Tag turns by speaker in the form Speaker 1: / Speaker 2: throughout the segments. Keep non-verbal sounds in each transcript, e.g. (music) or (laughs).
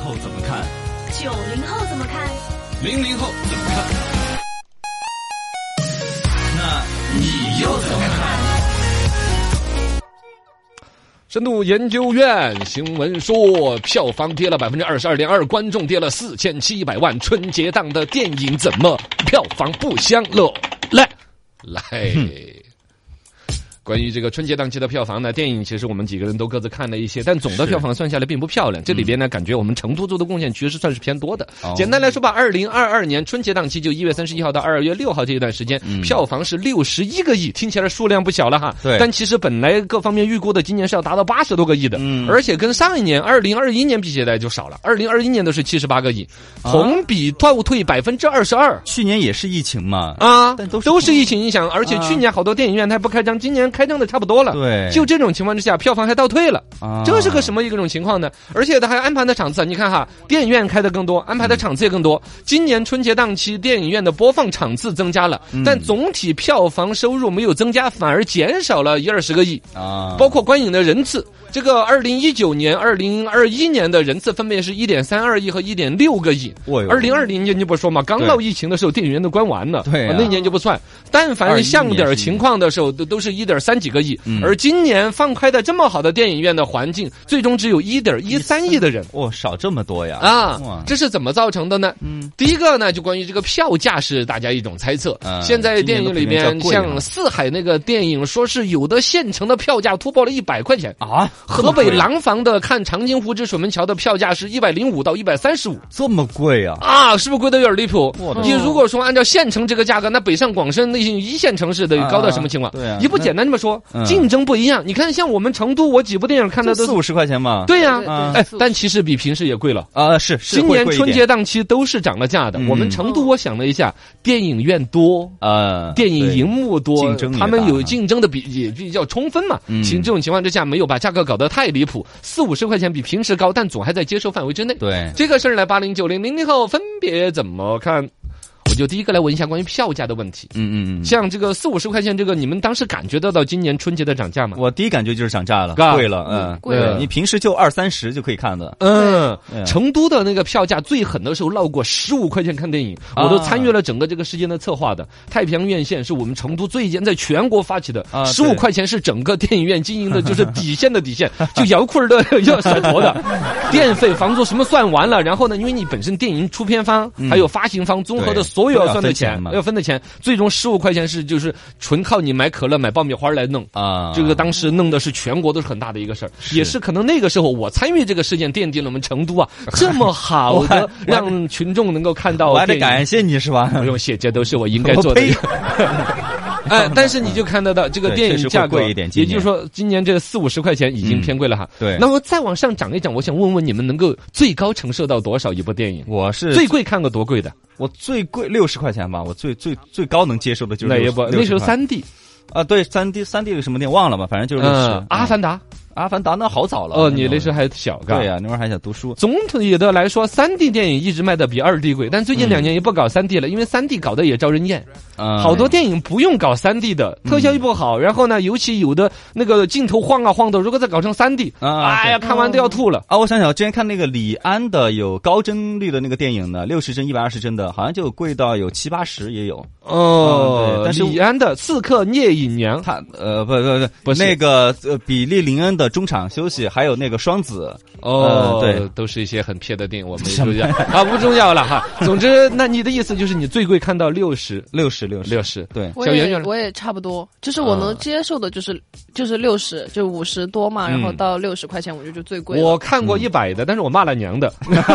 Speaker 1: 后怎么看？
Speaker 2: 九零后怎么看？
Speaker 1: 零零后怎么看？那你又怎么看？
Speaker 3: 深度研究院新闻说，票房跌了百分之二十二点二，观众跌了四千七百万。春节档的电影怎么票房不香了？来来，关于这个春节档期的票房呢，电影其实我们几个人都各自看了一些，但总的票房算下来并不漂亮。这里边呢，感觉我们成都做的贡献其实算是偏多的。
Speaker 1: 哦
Speaker 3: 简单来说吧，二零二二年春节档期就一月三十一号到二月六号这一段时间，票房是六十一个亿，听起来数量不小了哈。
Speaker 1: 对
Speaker 3: 但但其实本来各方面预估的今年是要达到八十多个亿的，
Speaker 1: 嗯
Speaker 3: 而且跟上一年二零二一年比起来就少了，二零二一年都是七十八个亿，
Speaker 1: 啊
Speaker 3: 同比倒退百分之二十二。
Speaker 1: 去年也是疫情嘛，
Speaker 3: 啊，
Speaker 1: 但都是
Speaker 3: 都是疫情影响，而且去年好多电影院它还不开张，今年开张的差不多了。
Speaker 1: 对
Speaker 3: 就这种情况之下，票房还倒退了，
Speaker 1: 啊
Speaker 3: 这是个什么一个种情况呢？而且它还安排的场次，你看哈，电影院开的更多，安排的场次也更多。今年春节档期电影院的播放场次增加了，
Speaker 1: 嗯
Speaker 3: 但总体票房收入没有增加，反而减少了一二十个亿。
Speaker 1: 啊，
Speaker 3: 包括观影的人次，这个二零一九年、二零二一年的人次分别是一点三二亿和一点六个亿。
Speaker 1: 我有
Speaker 3: 二零二零年就不说嘛，刚闹疫情的时候，电影院都关完了，
Speaker 1: 对啊
Speaker 3: 那年就不算。但凡是像点儿情况的时候，都都是一点三几个亿。
Speaker 1: 嗯
Speaker 3: 而今年放开的这么好的电影院的环境，最终只有一点一三亿的人。
Speaker 1: 哦，少这么多呀
Speaker 3: 啊嗯
Speaker 1: 哇，
Speaker 3: 这是怎么造成的呢？第一个呢，就关于这个票价是大家一种猜测。
Speaker 1: 嗯
Speaker 3: 现在电影里
Speaker 1: 今
Speaker 3: 边
Speaker 1: 年的普遍价贵啊
Speaker 3: 像四海那个电影，说是有的县城的票价突破了一百块钱。
Speaker 1: 啊，
Speaker 3: 河北
Speaker 1: 这么贵啊
Speaker 3: 廊坊的看长津湖至水门桥的票价是一百零五到一百三十五
Speaker 1: 这么贵啊，
Speaker 3: 啊，是不是贵的有点离谱
Speaker 1: 我？的
Speaker 3: 你如果说按照县城这个价格，那北上广深那些一线城市的
Speaker 1: 啊
Speaker 3: 高到什么情况？
Speaker 1: 对啊
Speaker 3: 也不
Speaker 1: 那
Speaker 3: 简单这么说
Speaker 1: 嗯，
Speaker 3: 竞争不一样。你看，像我们成都，我几部电影看的
Speaker 1: 那四
Speaker 3: 都是
Speaker 1: 五十块钱嘛，
Speaker 3: 对呀
Speaker 2: 对，
Speaker 1: 啊
Speaker 3: 哎，但其实比平时也贵了。
Speaker 1: 啊，是是
Speaker 3: 今
Speaker 1: 会
Speaker 3: 年
Speaker 1: 贵一
Speaker 3: 春
Speaker 1: 点
Speaker 3: 节档期都是涨了价的。
Speaker 1: 嗯
Speaker 3: 我们成都，我想了一下，电影院多。
Speaker 1: 呃，
Speaker 3: 电影
Speaker 1: 对
Speaker 3: 荧幕多
Speaker 1: 哦竞争，也
Speaker 3: 他们
Speaker 1: 大
Speaker 3: 有
Speaker 1: 哈
Speaker 3: 竞争的比也比较充分嘛。
Speaker 1: 嗯
Speaker 3: 其实这种情况之下，没有把价格搞得太离谱，四五十块钱比平时高，但总还在接受范围之内。
Speaker 1: 对
Speaker 3: 这个事儿呢，八零九零零零后分别怎么看？我就第一个来问一下关于票价的问题。
Speaker 1: 嗯嗯嗯，
Speaker 3: 像这个四五十块钱，这个你们当时感觉得到今年春节的涨价吗？
Speaker 1: 我第一感觉就是涨价了，
Speaker 3: 嘎
Speaker 1: 贵了，嗯，
Speaker 2: 贵
Speaker 3: 了
Speaker 1: 对你平时就二三十就可以看的，
Speaker 3: 嗯
Speaker 1: 对，
Speaker 3: 呃成都的那个票价最狠的时候闹过十五块钱看电影，
Speaker 1: 啊
Speaker 3: 我都参与了整个这个事件的策划的。太平洋院线是我们成都最先在全国发起的
Speaker 1: 啊，
Speaker 3: 十五
Speaker 1: 对
Speaker 3: 块钱是整个电影院
Speaker 1: (laughs)
Speaker 3: 经营的就是底线的底线，就摇裤儿的 (laughs) 要甩
Speaker 1: (laughs)
Speaker 3: 头的，电费、房租什么算完了，然后呢，因为你本身电影出片方还有发行方综合
Speaker 1: 嗯
Speaker 3: 的
Speaker 1: 对
Speaker 3: 所有要算的
Speaker 1: 都要分
Speaker 3: 钱
Speaker 1: 钱嘛
Speaker 3: 要分的钱，最终十五块钱是就是纯靠你买可乐、买爆米花来弄。
Speaker 1: 啊，
Speaker 3: 这个当时弄的是全国都是很大的一个事儿，
Speaker 1: 是
Speaker 3: 也是可能那个时候我参与这个事件，奠定了我们成
Speaker 1: (laughs)
Speaker 3: 都啊这么好的让群众能够看到
Speaker 1: 我还得
Speaker 3: 电影
Speaker 1: 感谢你是吧？
Speaker 3: 不用谢，这都是我应该做的
Speaker 1: 我呸。
Speaker 3: (laughs) 哎，但是你就看得到这个
Speaker 1: 对
Speaker 3: 电
Speaker 1: 确
Speaker 3: 影
Speaker 1: 实会
Speaker 3: 价格，
Speaker 1: 贵一点今
Speaker 3: 也
Speaker 1: 年
Speaker 3: 就是说今年这四五十块钱已经
Speaker 1: 嗯
Speaker 3: 偏贵了哈。
Speaker 1: 对
Speaker 3: 那么再往上涨一涨，我想问问你们能够最高承受到多少一部电影？
Speaker 1: 我是
Speaker 3: 最贵看过多贵的？
Speaker 1: 我最贵六十块钱吧，我最最最高能接受的就是
Speaker 3: 那也不，
Speaker 1: 60
Speaker 3: 那时候
Speaker 1: 块
Speaker 3: 三 D，
Speaker 1: 啊，对三 D 三 D 有什么店忘了吧，反正就是六十、
Speaker 3: 嗯，阿凡达，
Speaker 1: 阿凡达那好早了
Speaker 3: 哦，你那时
Speaker 1: 是
Speaker 3: 候还小，嘎
Speaker 1: 对啊呀、那会儿还想读书
Speaker 3: 总体的来说，三 D 电影一直卖的比二 D 贵，但最近两年也不搞三 D 了，因为三 D 搞得也招人厌。
Speaker 1: 啊
Speaker 3: 好多电影不用搞三 D 的，特效又不好，然后呢，尤其有的那个镜头晃啊晃的，如果再搞成三 D，
Speaker 1: 啊
Speaker 3: 哎呀，看完都要吐了。
Speaker 1: 啊，我想想，我之前看那个李安的有高帧率的那个电影呢，六十帧、一百二十帧的，好像就贵到有七八十也有。嗯
Speaker 3: 哦
Speaker 1: 对，但是
Speaker 3: 李安的《刺客聂隐娘》
Speaker 1: 他呃不不不
Speaker 3: 不是
Speaker 1: 那个呃比利林恩的中场休息，还有那个双子，嗯
Speaker 3: 哦，
Speaker 1: 对，
Speaker 3: 都是一些很撇的电影，我们不重要啊，不重要了哈。总之，那你的意思就是你最贵看到六十
Speaker 1: 六十六十
Speaker 3: 六十，
Speaker 1: 对
Speaker 3: 小
Speaker 4: 我
Speaker 3: 圆圆
Speaker 4: 也
Speaker 3: 呢
Speaker 4: 我也差不多，就是我
Speaker 3: 啊嗯
Speaker 4: 能接受的，就是、就是六十，就五十多嘛，然后到六十块钱，我觉得就最贵了。
Speaker 3: 我看
Speaker 1: 嗯
Speaker 3: 过一百的，但是我骂了
Speaker 1: (laughs)
Speaker 3: 娘的。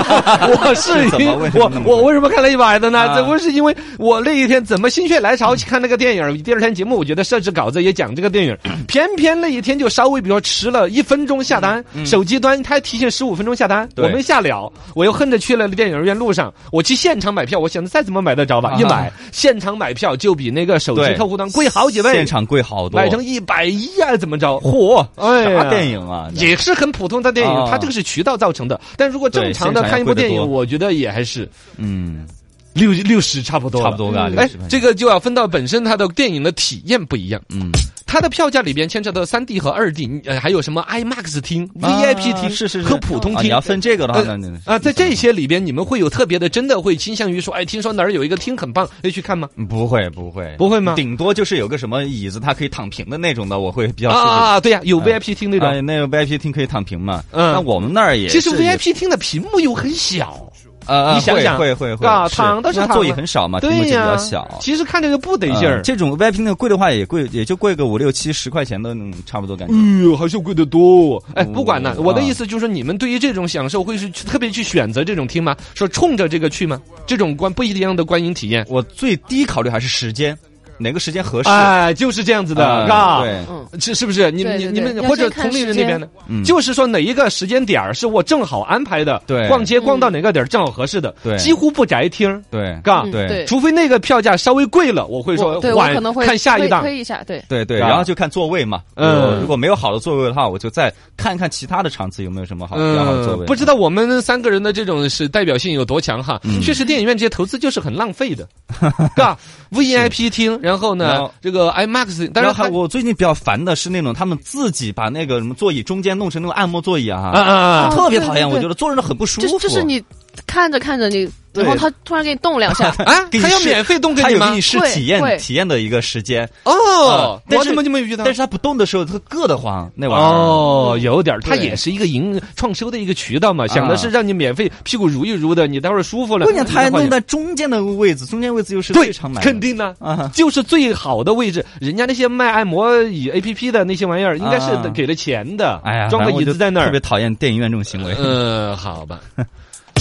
Speaker 3: 我是
Speaker 1: 怎
Speaker 3: 因
Speaker 1: 么为什么
Speaker 3: 我
Speaker 1: 那么
Speaker 3: 我为什么看了一百的呢？
Speaker 1: 啊
Speaker 3: 这不是因为我那一天怎么心血来潮去看那个电
Speaker 1: 嗯
Speaker 3: 影，第二天节目我觉得设置稿子也讲这个电影，偏偏那一天就稍微比如说迟了一分钟下单，手机端它提醒十五分钟下单，
Speaker 1: 嗯对
Speaker 3: 我没下了，我又恨着去了电影院路上，我去现场买票，我想着再怎么买得着吧，
Speaker 1: 啊
Speaker 3: 一买现场买票就比那个手机
Speaker 1: 对
Speaker 3: 客户端贵好几倍，
Speaker 1: 现场贵好多。
Speaker 3: 买成一百一啊，怎么着？
Speaker 1: 嚯，
Speaker 3: 哎呀
Speaker 1: 啥电影啊？
Speaker 3: 也是很普通的电影，
Speaker 1: 啊
Speaker 3: 它这个是渠道造成的。但如果正常
Speaker 1: 对现
Speaker 3: 的
Speaker 1: 场要
Speaker 3: 看一部电
Speaker 1: 贵
Speaker 3: 影，
Speaker 1: 得多
Speaker 3: 我觉得也还是
Speaker 1: 嗯，
Speaker 3: 六六十差不多了，
Speaker 1: 差不多吧
Speaker 3: 哎
Speaker 1: 60，
Speaker 3: 这个就要分到本身它的电影的体验不一样。
Speaker 1: 嗯，
Speaker 3: 它的票价里边牵扯到三 D 和二 D，呃，还有什么 IMAX 厅、VIP 厅
Speaker 1: 啊是是是
Speaker 3: 和普通
Speaker 1: 啊你
Speaker 3: 厅
Speaker 1: 要。分这个的话，
Speaker 3: 呃
Speaker 1: 那那
Speaker 3: 啊，在这些里边，你们会有特别的，真的会倾向于说，哎，听说哪儿有一个厅很棒，哎，去看吗？
Speaker 1: 不会不会
Speaker 3: 不会吗
Speaker 1: 顶多就是有个什么椅子，它可以躺平的那种的，我会比较
Speaker 3: 啊
Speaker 1: 舒服。
Speaker 3: 啊啊，对呀、有
Speaker 1: 嗯
Speaker 3: VIP 厅那种。
Speaker 1: 哎那个 VIP 厅可以躺平嘛？
Speaker 3: 嗯
Speaker 1: 那我们那儿也
Speaker 3: 其实
Speaker 1: 是
Speaker 3: VIP 厅的屏幕又很小，
Speaker 1: 呃，
Speaker 3: 你想
Speaker 1: 会
Speaker 3: 想
Speaker 1: 会会会
Speaker 3: 啊
Speaker 1: 是
Speaker 3: 躺都是
Speaker 1: 那
Speaker 3: 躺
Speaker 1: 座椅
Speaker 3: 了
Speaker 1: 很少嘛，啊屏幕
Speaker 3: 对
Speaker 1: 就比
Speaker 3: 呀、
Speaker 1: 较小。
Speaker 3: 其实看着就不得劲儿。
Speaker 1: 呃这种 VIP 厅的贵的话也贵，也就贵个五六七十块钱的那种，差不多感觉。
Speaker 3: 哎呦，还是贵得多。哎，不管呢，
Speaker 1: 嗯
Speaker 3: 我的
Speaker 1: 啊
Speaker 3: 意思就是说，你们对于这种享受会是去特别去选择这种厅吗？说冲着这个去吗？这种观不一样的观影体验，
Speaker 1: 我最低考虑还是时间，哪个时间合适？
Speaker 3: 哎，就是这样子的，
Speaker 1: 呃
Speaker 3: 是吧？
Speaker 1: 对，
Speaker 4: 嗯，
Speaker 3: 是是不是？你
Speaker 4: 对
Speaker 3: 你
Speaker 4: 对
Speaker 3: 你
Speaker 4: 对
Speaker 3: 们
Speaker 4: 要
Speaker 3: 或者
Speaker 4: 先看
Speaker 3: 同龄人
Speaker 4: 时
Speaker 3: 那
Speaker 4: 间
Speaker 3: 边的，
Speaker 1: 嗯
Speaker 3: 就是说哪一个时间点儿是我正好安排的，
Speaker 1: 对
Speaker 3: 逛街逛到哪个点儿正好合适的，
Speaker 1: 对
Speaker 3: 几乎不宅厅儿，
Speaker 1: 对，
Speaker 3: 嘎
Speaker 4: 嗯，
Speaker 1: 对
Speaker 4: 对，
Speaker 3: 除非那个票价稍微贵了，我会
Speaker 4: 我
Speaker 3: 说
Speaker 4: 对我
Speaker 3: 晚
Speaker 4: 可能会
Speaker 3: 看下一
Speaker 4: 推
Speaker 3: 档，
Speaker 4: 推一下，对，
Speaker 1: 对对，
Speaker 3: 嘎
Speaker 1: 然后就看座位嘛。
Speaker 3: 嗯
Speaker 1: 嗯，如果没有好的座位的话，我就再看看其他的场次有没有什么好比较好的座位。
Speaker 3: 嗯不知道我们三个人的这种是代表性有多强哈。
Speaker 1: 嗯
Speaker 3: 确实，电影院这些投资就是很浪
Speaker 1: (laughs)
Speaker 3: 费的，是吧？VIP 厅，然后
Speaker 1: 然
Speaker 3: 呢
Speaker 1: 后，
Speaker 3: 这个 IMAX，但
Speaker 1: 然
Speaker 3: 是
Speaker 1: 后还我最近比较烦的是那种他们自己把那个什么座椅中间弄成那种按摩座椅啊，
Speaker 3: 啊啊啊！
Speaker 1: 特别讨厌，
Speaker 4: 哦对对对
Speaker 1: 我觉得坐着很不舒
Speaker 4: 就
Speaker 1: 服。
Speaker 4: 就是你看着看着你，然后
Speaker 1: 对，
Speaker 4: 他突然给你动两
Speaker 3: (laughs)
Speaker 4: 下
Speaker 3: 啊，
Speaker 1: 给你
Speaker 3: 他要
Speaker 1: 试
Speaker 3: 免费动给
Speaker 1: 他
Speaker 3: 你
Speaker 1: 有
Speaker 3: 吗
Speaker 1: 给你？试
Speaker 4: 会
Speaker 1: 体验
Speaker 4: 会
Speaker 1: 体验的一个时间，
Speaker 3: 哦
Speaker 1: 啊，但
Speaker 3: 我
Speaker 1: 是
Speaker 3: 怎么就没有遇到
Speaker 1: 但？是他不动的时候，他硌得慌那玩意儿。
Speaker 3: 嗯哦，有点儿，它
Speaker 1: 对
Speaker 3: 也是一个营创收的一个渠道嘛，想的是让你免费屁股揉一揉的，你待会儿舒服了。
Speaker 1: 啊关键他还
Speaker 3: 你再换
Speaker 1: 弄
Speaker 3: 一
Speaker 1: 在中间的位置，中间位置又是
Speaker 3: 对
Speaker 1: 最常买，的，
Speaker 3: 肯定哎呢，
Speaker 1: 啊，
Speaker 3: 就是最好的位置。人家那些卖按摩椅 A P P 的那些玩意儿，应该是
Speaker 1: 啊
Speaker 3: 给了钱的，
Speaker 1: 哎呀，
Speaker 3: 装个
Speaker 1: 反正我
Speaker 3: 椅
Speaker 1: 就
Speaker 3: 子在那
Speaker 1: 特
Speaker 3: 儿
Speaker 1: 别。讨厌电影院这种行为。
Speaker 3: 嗯，好
Speaker 1: (laughs)
Speaker 3: 吧。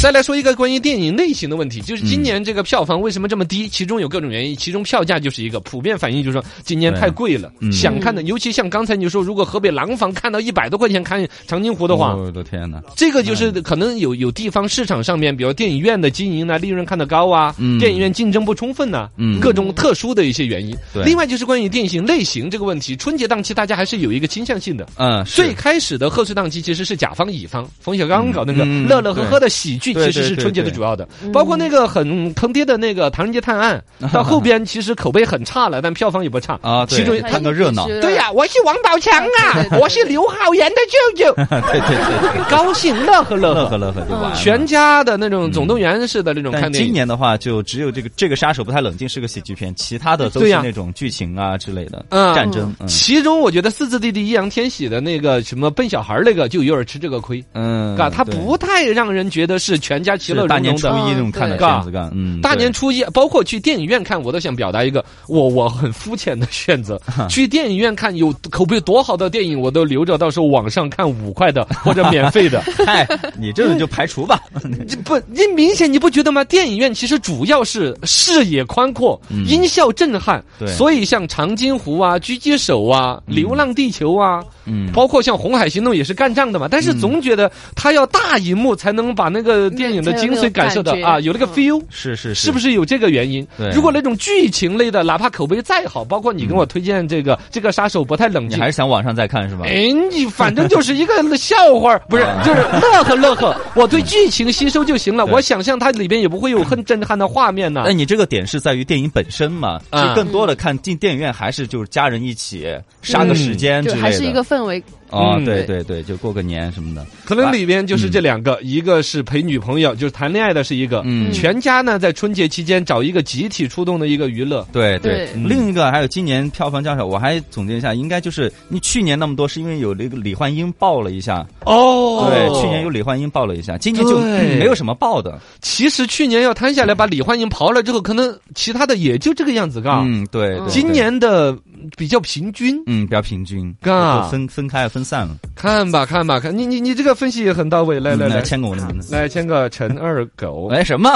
Speaker 3: 再来说一个关于电影类型的问题，就是
Speaker 1: 嗯
Speaker 3: 今年这个票房为什么这么低？其中有各种原因，其中票价就是一个普遍反应，就是说今年
Speaker 1: 对
Speaker 3: 太贵了。
Speaker 1: 嗯
Speaker 3: 想看的，尤其像刚才你说，如果河北廊坊看到一百多块钱看长津湖的话，
Speaker 1: 哦我的天哪！
Speaker 3: 这个就是
Speaker 1: 嗯
Speaker 3: 可能有有地方市场上面，比如电影院的经营啊，利润看得高啊，
Speaker 1: 嗯
Speaker 3: 电影院竞争不充分呐、
Speaker 1: 嗯
Speaker 3: 各种特殊的一些原因。
Speaker 1: 对
Speaker 3: 另外就是关于电影类型这个问题，春节档期大家还是有一个倾向性的。
Speaker 1: 嗯，是
Speaker 3: 最开始的贺岁档期其实是甲方乙方，冯小刚搞那个
Speaker 1: 嗯嗯
Speaker 3: 乐乐呵呵的喜剧，其实是春节的主要的。包括那个很坑爹的那个《唐人街探
Speaker 1: (laughs)
Speaker 3: 案》，到后边其实口碑很差了，但票房也不差。
Speaker 1: 啊，对
Speaker 3: 其中
Speaker 1: 看个热闹，
Speaker 4: 就是
Speaker 3: 对呀、我是王宝强
Speaker 1: (laughs)
Speaker 4: 对对
Speaker 3: 啊，
Speaker 4: 对
Speaker 3: 我是刘浩然的舅舅，
Speaker 1: 对对对，
Speaker 3: 高兴乐呵乐嗯
Speaker 1: 乐
Speaker 3: 呵
Speaker 1: 呵。乐呵就完了。
Speaker 3: 全家的那种总动员式的那种
Speaker 1: 嗯
Speaker 3: 看
Speaker 1: 但
Speaker 3: 电
Speaker 1: 今
Speaker 3: 影。
Speaker 1: 年的话，就只有这个这个杀手不太冷静是个喜剧片，其他的都
Speaker 3: 对
Speaker 1: 是
Speaker 3: 呀
Speaker 1: 那种剧情啊之类的
Speaker 3: 嗯
Speaker 1: 战争。嗯
Speaker 3: 其中，我觉得四字弟弟易烊千玺的那个什么笨小孩儿那个，就有点吃这个亏，
Speaker 1: 嗯，
Speaker 3: 嘎，他
Speaker 1: 对
Speaker 3: 不太让人觉得是全家其
Speaker 1: 是
Speaker 3: 乐
Speaker 1: 大
Speaker 3: 融
Speaker 1: 年
Speaker 3: 融
Speaker 1: 初
Speaker 3: 的。
Speaker 1: 一那种看的
Speaker 4: 嗯
Speaker 1: 这
Speaker 3: 啊对
Speaker 1: 样子干，嗯，
Speaker 3: 大年
Speaker 1: 初
Speaker 3: 初一，包括去电影院看，我都想表达一个我我很肤浅的
Speaker 1: (laughs)
Speaker 3: 选择，去电影院看有口碑多好的电影，我都留着到时候网上看五块的或者免费的。
Speaker 1: 嗨，你这种就排除
Speaker 3: (laughs)
Speaker 1: 吧，
Speaker 3: 这不，你明显你不觉得吗？电影院其实主要是视野宽阔，音效震撼，
Speaker 1: 嗯对
Speaker 3: 所以像《长津湖》啊、《狙击手》啊、《流浪地球》啊，
Speaker 1: 嗯，
Speaker 3: 包括像《红海行动》也是干仗的嘛。但是总觉得它要大荧幕才能把那个电影的精髓感受到
Speaker 4: 才有那种感觉
Speaker 3: 啊，有那个
Speaker 4: 嗯
Speaker 3: feel。
Speaker 1: 是是
Speaker 3: 是不
Speaker 1: 是？
Speaker 3: 是有这个原因
Speaker 1: 对？嗯
Speaker 3: 如果那种剧情类的，哪怕口碑再好，包括你跟我推荐这个《这个杀手不太冷
Speaker 1: 你
Speaker 3: 静》
Speaker 1: 还，是想网上再看是吧？
Speaker 3: 哎，你反正就是一个笑话儿，不是，就是乐呵乐呵。我对剧情吸收就行了，
Speaker 1: 对
Speaker 3: 我想象它里边也不会有很震撼的画面呢
Speaker 1: 那。你这个点是在于电影本身嘛？其
Speaker 3: 啊
Speaker 1: 实更多的看进电影院还是就是家人一起杀个时间之
Speaker 4: 就
Speaker 1: 类的，
Speaker 4: 还是一个氛围，
Speaker 1: 哦，
Speaker 3: 嗯
Speaker 1: 对对对，就过个年什么的，
Speaker 3: 可能里边就是这两个，一个是陪女朋友，就是谈恋爱的是一个，
Speaker 1: 嗯
Speaker 3: 全家呢在春节期间找一个集体出动的一个娱乐。
Speaker 1: 对对
Speaker 4: 对，
Speaker 1: 嗯另一个还有今年票房较少，我还总结一下，应该就是你去年那么多，是因为有那个李焕英爆了一下，
Speaker 3: 哦
Speaker 1: 对，去年有李焕英爆了一下，今年就
Speaker 3: 对
Speaker 1: 嗯没有什么爆的，
Speaker 3: 其实去年要摊下来把李焕英刨了之后，可能其他的也就这个样子，嘎。
Speaker 1: 嗯，对，对
Speaker 3: 啊今。
Speaker 1: 对
Speaker 3: 年的比较平均，
Speaker 1: 嗯，比较平均，
Speaker 3: 嘎
Speaker 1: 都分分开了，啊分散了。
Speaker 3: 看吧看吧看，你你你这个分析也很到位，来来
Speaker 1: 嗯
Speaker 3: 来，
Speaker 1: 签个我的名字。
Speaker 3: 来签个陈二狗，
Speaker 1: 哎，什么？